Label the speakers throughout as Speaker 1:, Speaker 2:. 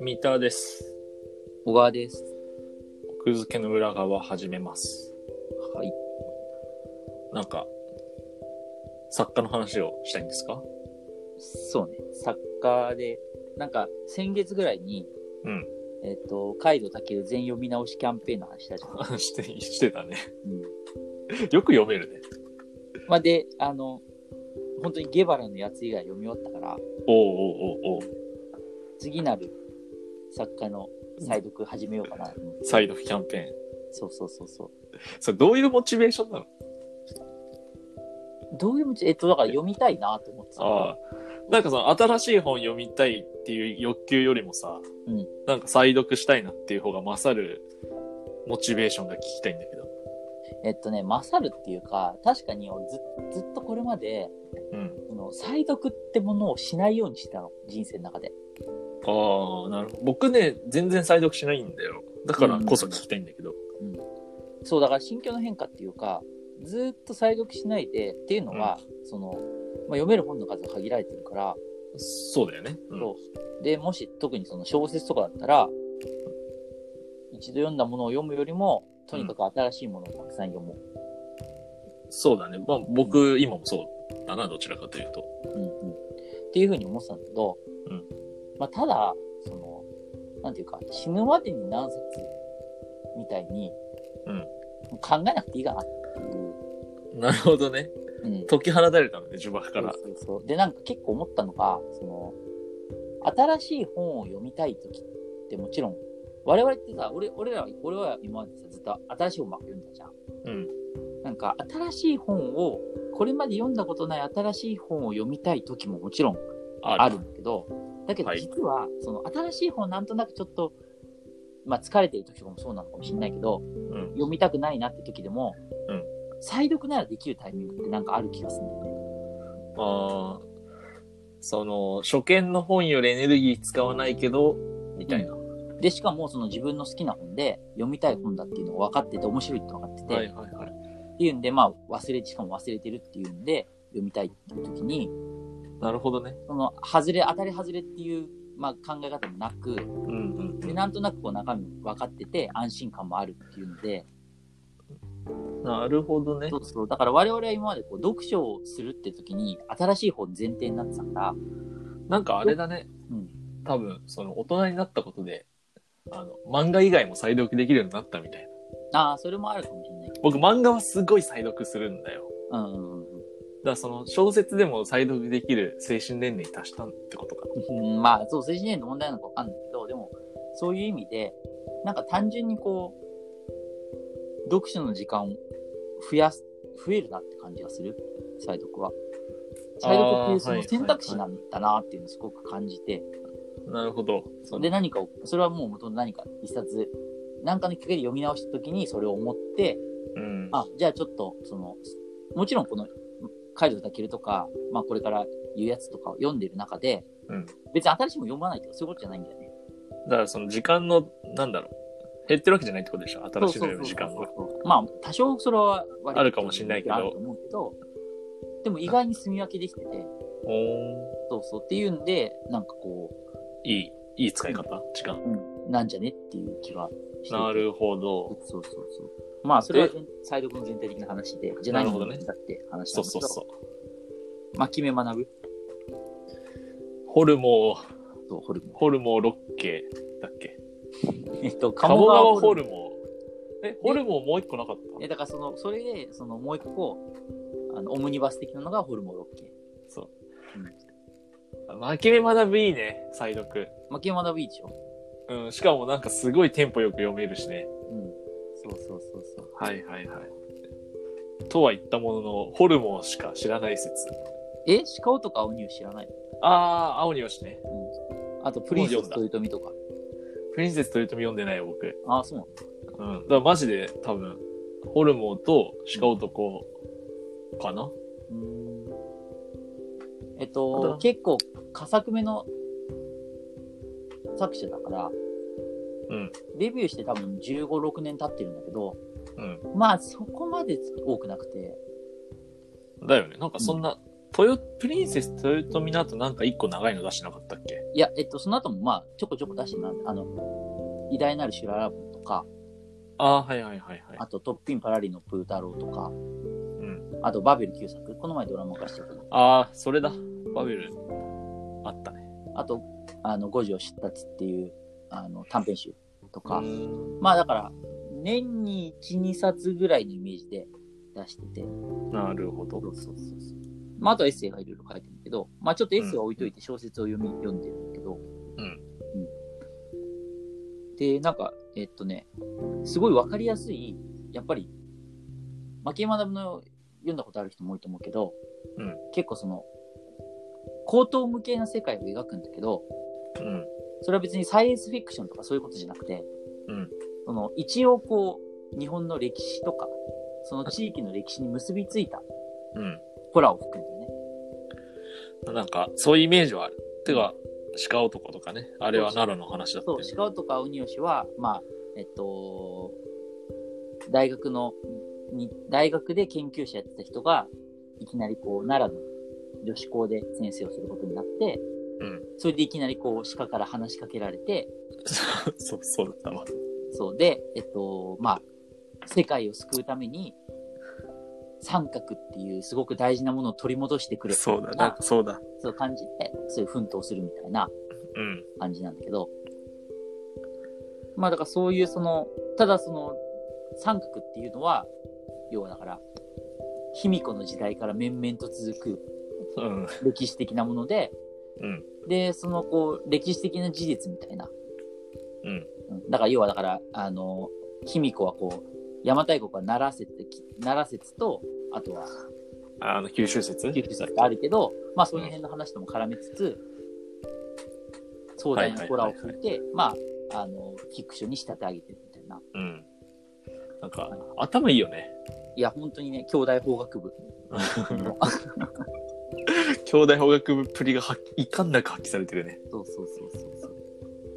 Speaker 1: 三田です。
Speaker 2: 小川です。
Speaker 1: 奥付けの裏側始めます。
Speaker 2: はい。
Speaker 1: なんか、作家の話をしたいんですか
Speaker 2: そうね。作家で、なんか、先月ぐらいに、
Speaker 1: うん。
Speaker 2: えっ、と、カイドタケル全読み直しキャンペーンの話したじゃん。う
Speaker 1: して、してたね。
Speaker 2: ん。
Speaker 1: よく読めるね。
Speaker 2: まあ、で、あの、本当にゲバラのやつ以外読み終わったから、
Speaker 1: おうおうおうおう。
Speaker 2: 次なる作家の再読始めようかなと思って。
Speaker 1: サイドキャンペーン。
Speaker 2: そうそうそうそう。
Speaker 1: それどういうモチベーションなの
Speaker 2: どういうもち、えっ、と、だから読みたいなと思ってた。
Speaker 1: ああ。なんかその新しい本読みたいっていう欲求よりもさ、
Speaker 2: うん
Speaker 1: なんか再読したいなっていう方が勝るモチベーションが聞きたいんだけど。
Speaker 2: えっとね、勝るっていうか、確かに俺ずずっとこれまで、
Speaker 1: うん。
Speaker 2: その再読ってものをしないようにしてたの、人生の中で。
Speaker 1: ああ、なるほど。僕ね、全然再読しないんだよ。だからこそ聞きたいんだけど。
Speaker 2: そうだから心境の変化っていうかずーっと再読しないでっていうのは、そのまあ、読める本の数が限られてるから、
Speaker 1: そうだよね。うん
Speaker 2: そうでもし特にその小説とかだったら一度読んだものを読むよりもとにかく新しいものをたくさん読もう。
Speaker 1: そうだね。まあ僕、今もそうだな、どちらかというと。
Speaker 2: うんうん、っていうふうに思ってたんだけど、
Speaker 1: うん
Speaker 2: まあ、ただそのなんていうか死ぬまでに何冊みたいに、
Speaker 1: うん
Speaker 2: もう考えなくていいかなっていう。
Speaker 1: なるほどね。
Speaker 2: うん
Speaker 1: 解き放たれたのね、呪縛から
Speaker 2: そ。うそうそうでなんか結構思ったのがその新しい本を読みたい時ってもちろん我々ってさ俺俺らは俺は今までさずっと新しい本ばっか読んでたじゃん。
Speaker 1: うん。
Speaker 2: なんか新しい本をこれまで読んだことない新しい本を読みたい時ももちろん
Speaker 1: ある。
Speaker 2: あるんだけどだけど
Speaker 1: はい
Speaker 2: 実はその新しい本なんとなくちょっと、まあ、疲れてる時とかもそうなのかもしれないけど
Speaker 1: うん。
Speaker 2: 読みたくないなって時でも、
Speaker 1: うん
Speaker 2: 再読ならできるタイミングってなんかある気がするんだよね。
Speaker 1: あーその、初見の本よりエネルギー使わないけど、みたいな。
Speaker 2: で、しかもその自分の好きな本で読みたい本だっていうのを分かってて面白いって分かってて、
Speaker 1: はい
Speaker 2: っ
Speaker 1: はいはい。
Speaker 2: ていうんで、まあ忘れ、しかも忘れてるっていうんで読みたいっていう時に、
Speaker 1: なるほどね。
Speaker 2: その外れ、当たり外れっていう、まあ、考え方もなく、
Speaker 1: うんうん
Speaker 2: で、なんとなくこう中身も分かってて安心感もあるっていうんで、
Speaker 1: うん。なるほどね
Speaker 2: そ。うそう、だから我々は今までこう読書をするって時に新しい本前提になってたから、
Speaker 1: なんかあれだね。
Speaker 2: うん
Speaker 1: 多分、その、大人になったことで、あの、漫画以外も再読できるようになったみたいな。
Speaker 2: ああ、それもあるかもしれない。
Speaker 1: 僕、漫画はすごい再読するんだよ。
Speaker 2: うんうん
Speaker 1: だからその、小説でも再読できる精神年齢に達したってことか。
Speaker 2: うんうん、まあ、そう、政治年齢の問題なのかわかんないけど、でも、そういう意味で、なんか単純にこう、読書の時間を増やす、増えるなって感じがする、再読は。再読っていうそ
Speaker 1: は
Speaker 2: の
Speaker 1: い
Speaker 2: 選択肢なんだなっていうのをすごく感じて、
Speaker 1: なるほど。
Speaker 2: で、何かを、それはもう元の何か一冊、何かのきっかけで読み直した時にそれを思って、
Speaker 1: うん。
Speaker 2: あ、じゃあちょっと、その、もちろんこの、カイロタケルとか、まあこれから言うやつとかを読んでる中で、
Speaker 1: うん
Speaker 2: 別に新しいも読まないとかそういうことじゃないんだよね。
Speaker 1: だからその時間の、なんだろう。減ってるわけじゃないってことでしょ新しいの読む時間が。
Speaker 2: まあ、多少それは割と
Speaker 1: あるかもしれないけど
Speaker 2: あると思うけど、でも意外に住み分けできてて、
Speaker 1: おー
Speaker 2: そうそうっていうんで、なんかこ
Speaker 1: いい、いい使い方時間
Speaker 2: う、。うん、なんじゃねっていう気がしてて
Speaker 1: なるほど。
Speaker 2: そうそうそう。まあ、それは全再読の全体的な話で、じゃ
Speaker 1: な
Speaker 2: あ
Speaker 1: る
Speaker 2: 何
Speaker 1: ほ
Speaker 2: を
Speaker 1: ど
Speaker 2: だ
Speaker 1: ね
Speaker 2: って話した
Speaker 1: そ
Speaker 2: ん
Speaker 1: う
Speaker 2: だ
Speaker 1: そ
Speaker 2: け
Speaker 1: う
Speaker 2: ど、
Speaker 1: そう。
Speaker 2: 巻き目学ぶ
Speaker 1: ホルモー、
Speaker 2: とホル モン。
Speaker 1: ホルモーロッケだっけ
Speaker 2: えっと、
Speaker 1: 鴨川ホ
Speaker 2: モン
Speaker 1: ルモー。え、ホルモーもう一個なかっ
Speaker 2: え、
Speaker 1: た
Speaker 2: だからその、それで、その、もう一個、あの、オムニバス的なのがホルモンロッケ。
Speaker 1: そうう。負け目学びいいね、再読。
Speaker 2: 巻き目学ぶいいでしょ
Speaker 1: うん、しかもなんかすごいテンポよく読めるしね。
Speaker 2: うん。そうそうそうそう。
Speaker 1: はいはいはい。とは言ったものの、ホルモンしか知らない説。
Speaker 2: え鹿尾とか青ニュー知らない
Speaker 1: あー、青によしね。
Speaker 2: あと、プリンセスと豊臣とか。
Speaker 1: プリンセスと豊臣読んでないよ、僕。
Speaker 2: ああ、そうな
Speaker 1: う
Speaker 2: の
Speaker 1: ん。だからマジで多分、ホルモンと鹿男かな、
Speaker 2: うーんえっ
Speaker 1: あと
Speaker 2: と、結構、佳作目の作者だから、
Speaker 1: うん
Speaker 2: デビューして多分15、6年経ってるんだけど、
Speaker 1: うん、
Speaker 2: まあ、そこまで多くなくて、
Speaker 1: だよね。なんかそんな、トヨ、プリンセス、トヨトミナとなんか一個長いの出してなかったっけ
Speaker 2: いや、えっと、その後もまあ、ちょこちょこ出してなんあの、偉大なるシュララブンとか、
Speaker 1: ああ、はいはいはいはい。
Speaker 2: あとトッピンパラリのプータローとか、
Speaker 1: うん。
Speaker 2: あとバベル旧作、この前ドラマ化したけど、
Speaker 1: ああ、それだ。バベル。あったね。
Speaker 2: あと、あの、五条出立っていう、あの、短編集とか、まあだから、年に1、2冊ぐらいのイメージで出してて、
Speaker 1: なるほど
Speaker 2: そ。うそうそうそう。まあ、あとエッセイがいろいろ書いてるけど、まあ、ちょっとエッセイは置いといて小説を読み、読んでるんだけど、
Speaker 1: うん
Speaker 2: うんで、なんか、えっとね、すごいわかりやすい、やっぱり、牧山学の読んだことある人も多いと思うけど、
Speaker 1: うん
Speaker 2: 結構その、高等無形な世界を描くんだけど、
Speaker 1: うん。
Speaker 2: それは別にサイエンスフィクションとかそういうことじゃなくて、
Speaker 1: うん
Speaker 2: その一応こう、日本の歴史とか、その地域の歴史に結びついた
Speaker 1: うん。
Speaker 2: ホラーを含んだよね。
Speaker 1: なんか、そういうイメージはある。てか、鹿男とかね。あれは奈良の話だった
Speaker 2: そ
Speaker 1: よ
Speaker 2: う
Speaker 1: ね。、
Speaker 2: 鹿尾とか鬼吉は、まあ、えっと、大学の、に大学で研究者やってた人が、いきなりこう、奈良の女子校で先生をすることになって、
Speaker 1: うん。
Speaker 2: それでいきなりこう、鹿から話しかけられて、
Speaker 1: そう、そうだったわ。
Speaker 2: そうで、えっと、まあ、世界を救うために、三角っていうすごく大事なものを取り戻してくれ、
Speaker 1: そうだ、
Speaker 2: あ
Speaker 1: なんかそうだ。
Speaker 2: そういう感じで、そういう奮闘するみたいな
Speaker 1: うん。
Speaker 2: 感じなんだけど、まあだからそういうその、ただその、三角っていうのは、要はだから、卑弥呼の時代から面々と続
Speaker 1: うん。
Speaker 2: く歴史的なもので、
Speaker 1: うん。
Speaker 2: で、そのこう、歴史的な事実みたいな。
Speaker 1: うん。
Speaker 2: うんだから要はだから、あの、卑弥呼はこう、邪馬台国は奈良説でき、奈良説と、あとは
Speaker 1: あの、九州説
Speaker 2: 九州説ってあるけど、まあその辺の話とも絡めつつ、壮大なコラを吹いて、まあ、あの、フィクションに仕立て上げてるみたいな。
Speaker 1: うん。なんか、頭いいよね。
Speaker 2: いや、本当にね、兄弟法学部。
Speaker 1: 兄弟法学部っぷりが発揮いかんなく発揮されてるね。
Speaker 2: そうそうそうそうそう。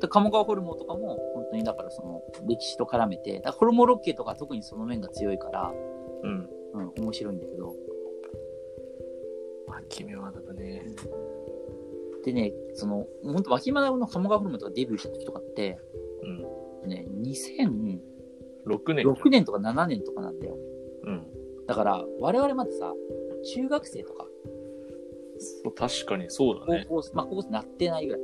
Speaker 2: で鴨川ホルモンとかも、本当にだからその、歴史と絡めて、だからホルモロッケとか特にその面が強いから、
Speaker 1: うん。
Speaker 2: うん、面白いんだけど。
Speaker 1: まあ、君はだね。
Speaker 2: でね、その、本当脇間の鴨川ホルモンとかデビューした時とかって、
Speaker 1: うん。
Speaker 2: ね、2006
Speaker 1: 6年。
Speaker 2: 年とか7年とかなんだよ。
Speaker 1: うん。
Speaker 2: だから、我々まださ、中学生とか、
Speaker 1: そう確かにそうだ
Speaker 2: 高
Speaker 1: ね。
Speaker 2: 校生、まあ高校生なってないぐらい。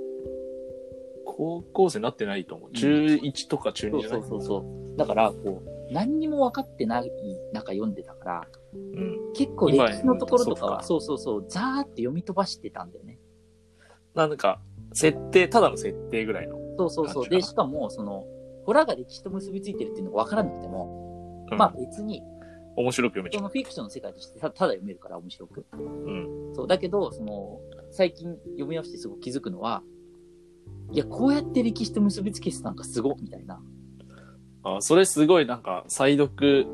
Speaker 1: 高校生になってないと思う。中1とか中2じゃない、
Speaker 2: そうそう。だから、こう、何にも分かってない中読んでたから、
Speaker 1: うん。
Speaker 2: 結構歴史のところとか
Speaker 1: 今や
Speaker 2: は、
Speaker 1: ね
Speaker 2: そうそうそう、ざーって読み飛ばしてたんだよね。
Speaker 1: なんか、設定、ただの設定ぐらいの。
Speaker 2: そうそうそ
Speaker 1: 感じか
Speaker 2: う。
Speaker 1: な
Speaker 2: で、しかも、その、ホラーが歴史と結びついてるっていうのが分からなくても、
Speaker 1: うん、
Speaker 2: まあ別に、
Speaker 1: 面白く読めち
Speaker 2: そ
Speaker 1: ゃう。
Speaker 2: のフィクションの世界としてたただ読めるから面白く。
Speaker 1: うん。
Speaker 2: そう、だけど、その、最近読み直してすごく気づくのは、いや、こうやって歴史と結びつけてたんかすごっみたいな。
Speaker 1: あ、それすごいなんか、再読、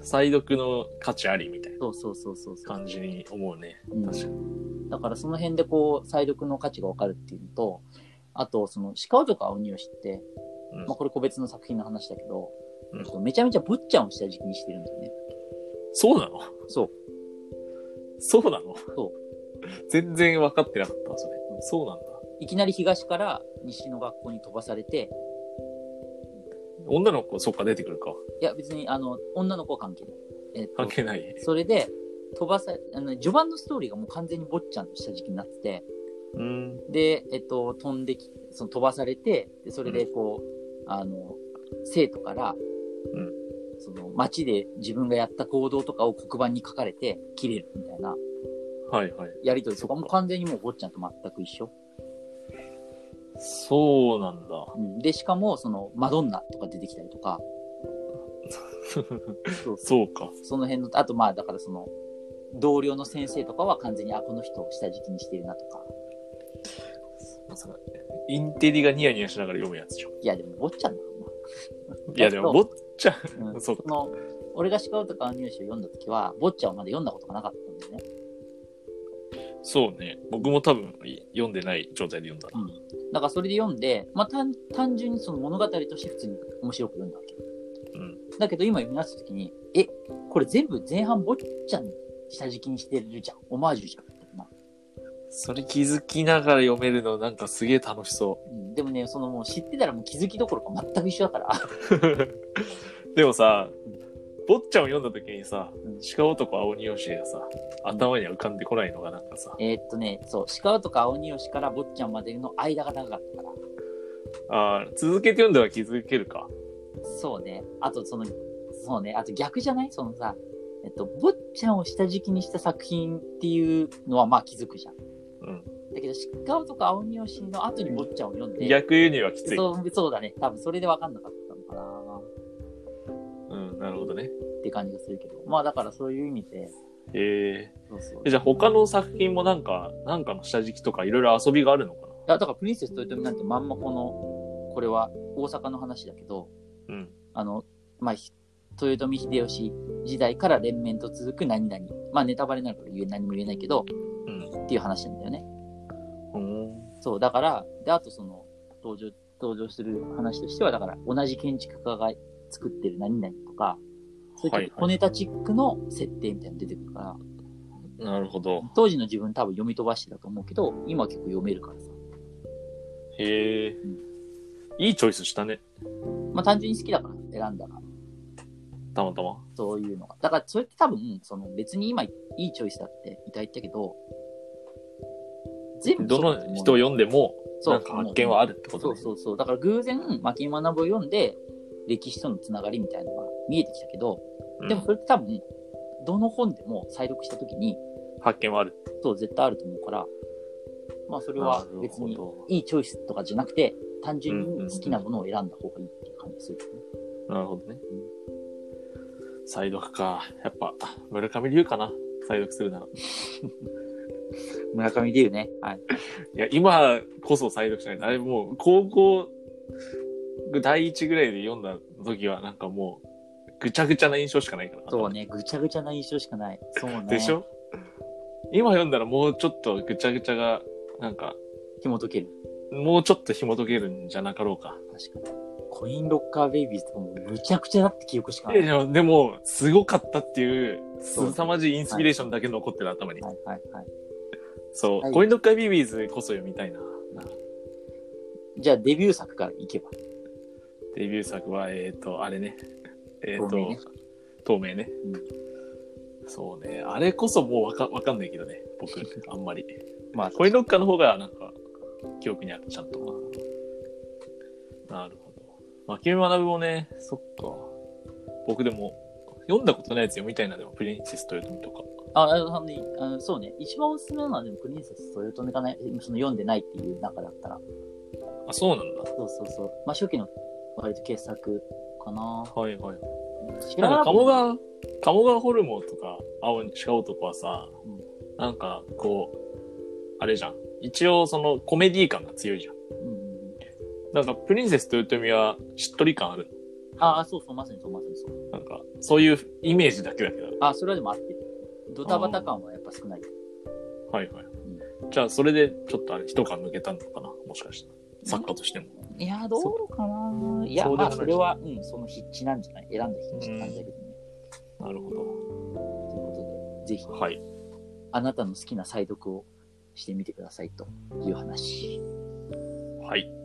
Speaker 1: 再読の価値ありみたいな
Speaker 2: そうそうそうそうそう。
Speaker 1: 感じに思うね。
Speaker 2: うん
Speaker 1: 確かに。
Speaker 2: だからその辺でこう、再読の価値がわかるっていうのと、あと、その、鹿とか鬼を知って、
Speaker 1: うん
Speaker 2: まあ、これ個別の作品の話だけど、
Speaker 1: うん
Speaker 2: えっとめちゃめちゃ坊ちゃんを下敷きにしてるんだよね。
Speaker 1: そうなの
Speaker 2: そう。
Speaker 1: そうなの
Speaker 2: そ
Speaker 1: 全然分かってなかったわ、それ。そうなんだ。
Speaker 2: いきなり東から西の学校に飛ばされて、
Speaker 1: 女の子、そっか、出てくるか。
Speaker 2: いや、別に、あの、女の子は関係ない。えっと
Speaker 1: 関係ない。
Speaker 2: それで、飛ばさあの、序盤のストーリーがもう完全に坊ちゃんの下敷きになってて、
Speaker 1: うん。
Speaker 2: で、えっと、飛んでき、その飛ばされて、でそれでこう、あの、生徒から、
Speaker 1: うん
Speaker 2: その街で自分がやった行動とかを黒板に書かれて切れるみたいな
Speaker 1: はいはい。
Speaker 2: やりとりとかも完全にもう坊ちゃんと全く一緒。
Speaker 1: そうなんだ。
Speaker 2: うん、で、しかも、その、マドンナとか出てきたりとか、そう
Speaker 1: そうか。
Speaker 2: その辺の、あとまあ、だからその、同僚の先生とかは完全に、あ、この人を下敷きにしてるなとか。
Speaker 1: インテリがニヤニヤしながら読むやつでしょ。
Speaker 2: いや、でも坊ちゃんだろうな。
Speaker 1: いや、でも、坊ちゃん。
Speaker 2: うん
Speaker 1: そうか
Speaker 2: の俺が鹿とかの入試を読んだ時は、坊ちゃんをまだ読んだことがなかったんだよね。
Speaker 1: そうね。僕も多分、読んでない状態で読んだな。
Speaker 2: だからそれで読んで、まあ、単単純にその物語として普通に面白く読んだわけ。
Speaker 1: うん
Speaker 2: だけど今読み直した時に、え、これ全部前半坊ちゃん下敷きにしてるじゃん。オマージュじゃん。まあ
Speaker 1: それ気づきながら読めるのなんかすげえ楽しそ
Speaker 2: うん、でもね、そのもう知ってたらもう気づきどころか全く一緒だから。
Speaker 1: う。でもさ、坊っちゃんを読んだ時にさ
Speaker 2: うん、
Speaker 1: 鹿男青鬼しがさ、頭には浮かんでこないのがなんかさ、
Speaker 2: えーっとね、そう、鹿とか青によしから坊っちゃんまでの間が長かったから。
Speaker 1: あー続けて読んだら気づけるか。
Speaker 2: そうね。あと、その、そうね。あと逆じゃないそのさ、えっと、坊っちゃんを下敷きにした作品っていうのはまあ気づくじゃん。
Speaker 1: うん。
Speaker 2: だけど、鹿とか青によしの後に坊っちゃんを読んで、
Speaker 1: 逆輸入はきつい。う
Speaker 2: そうそうだね。多分それで分かんなかったのかな
Speaker 1: うん、なるほどね。
Speaker 2: って感じがするけど。まあだからそういう意味で、
Speaker 1: え
Speaker 2: そうそう。
Speaker 1: ー、じゃあ他の作品もなんか、なんかの下敷きとかいろいろ遊びがあるのか
Speaker 2: だだからプリンセス豊臣なんてまんまこの、これは大阪の話だけど、
Speaker 1: なうん。
Speaker 2: あの、まあ、ひ豊臣秀吉時代から連綿と続く何々。まあネタバレになるから言え何も言えないけど、っていう話なんだよね。
Speaker 1: うん。
Speaker 2: そう、だから、で、あとその、登場、登場する話としては、だから、同じ建築家が作ってる何々とか、そう
Speaker 1: はい
Speaker 2: い
Speaker 1: は
Speaker 2: う
Speaker 1: い
Speaker 2: 小ネタチックの設定みたいなの出てくるから、
Speaker 1: なるほど。
Speaker 2: 当時の自分多分読み飛ばしてたと思うけど、今は結構読めるからさ。
Speaker 1: へえ。いいチョイスしたね。
Speaker 2: まあ単純に好きだから選んだら、
Speaker 1: たまたま。
Speaker 2: そういうのが。だから、それって多分、その別に今いいチョイスだっていた言ったけど、全部
Speaker 1: どの人を読んでも、なんか発見はあ
Speaker 2: る
Speaker 1: るって
Speaker 2: そ
Speaker 1: こ
Speaker 2: うそ
Speaker 1: と
Speaker 2: う
Speaker 1: ね。
Speaker 2: そうそう。だから偶然、牧山学を読んで、歴史とのつながりみたいなのが見えてきたけど、
Speaker 1: うん
Speaker 2: でもそれって多分、どの本でも再読したときに、
Speaker 1: 発見はある。
Speaker 2: そう、絶対あると思うから、まあそれは別に
Speaker 1: なるほ
Speaker 2: いいチョイスとかじゃなくて、単純
Speaker 1: うんうんう
Speaker 2: に
Speaker 1: ん
Speaker 2: 好きなものを選んだ方がいいっていう感じがするよね。
Speaker 1: ど。なるほどね。再読か。やっぱ、村上龍かな。再読するなら。い
Speaker 2: 村上龍ね。はい。
Speaker 1: や、今こそ再読しないと。あれもう、高校、第一ぐらいで読んだ時は、なんかもう、ぐちゃぐちゃな印象しかないから。
Speaker 2: そうね、ぐちゃぐちゃな印象しかない。そうね。
Speaker 1: でしょ今読んだらもうちょっとぐちゃぐちゃが、なんか、
Speaker 2: 紐解ける。
Speaker 1: もうちょっと紐解けるんじゃなかろうか。
Speaker 2: 確かに。コインロッカーベイビーズとかもぐちゃぐちゃだって記憶しかないい。
Speaker 1: やいや、でも、すごかったっていう、
Speaker 2: そう
Speaker 1: 凄まじいインスピレーションだけ残ってる頭に。
Speaker 2: はいはいはい。
Speaker 1: そう、
Speaker 2: はい
Speaker 1: コインドッカイビービーズこそ読みたいな。
Speaker 2: じゃあデビュー作からいけば。
Speaker 1: デビュー作は、えっ、と、あれね。えっ、と、
Speaker 2: 透明ね
Speaker 1: 透明ね。
Speaker 2: う
Speaker 1: そうね。あれこそもうわかわかんないけどね、 僕、あんまり。
Speaker 2: まあ、
Speaker 1: コインドッカーの方が、なんか、記憶にある、ちゃんと。なるほど。まあ、君学ぶもね、そっか。僕でも、読んだことないやつ読みたいな、でも、プリンセス豊臣とか。
Speaker 2: あ、あのあのあのそうね。一番おすすめなのはでもプリンセス豊臣かね、その読んでないっていう中だったら。
Speaker 1: あ、そうなんだ。
Speaker 2: そうそうそう。まあ初期の割と傑作かな。
Speaker 1: はいはい。
Speaker 2: 知
Speaker 1: なんか鴨
Speaker 2: が
Speaker 1: 川、鴨川ホルモンとか、青に鹿男はさ、
Speaker 2: うん
Speaker 1: なんかこう、あれじゃん。一応そのコメディ感が強いじゃん。
Speaker 2: うん。
Speaker 1: なんかプリンセスと豊臣はしっとり感ある。
Speaker 2: ああ、そうそう、まさにそう、まさにそう。
Speaker 1: なんか、そういうイメージだけだけど。
Speaker 2: あそれはでも合ってる。ドタバタ感はやっぱ少ない。
Speaker 1: はいはい。
Speaker 2: う
Speaker 1: じゃあそれでちょっとあれ、一皮抜けたのかなもしかして。作家としても。
Speaker 2: いや、どうかな。いや、
Speaker 1: そうでも
Speaker 2: ま
Speaker 1: ない
Speaker 2: あそれは、うん、その筆致なんじゃない選んだ筆致なんだけどね。
Speaker 1: なるほど。
Speaker 2: ということで、ぜひ、
Speaker 1: はい。
Speaker 2: あなたの好きな再読をしてみてくださいという話。
Speaker 1: はい。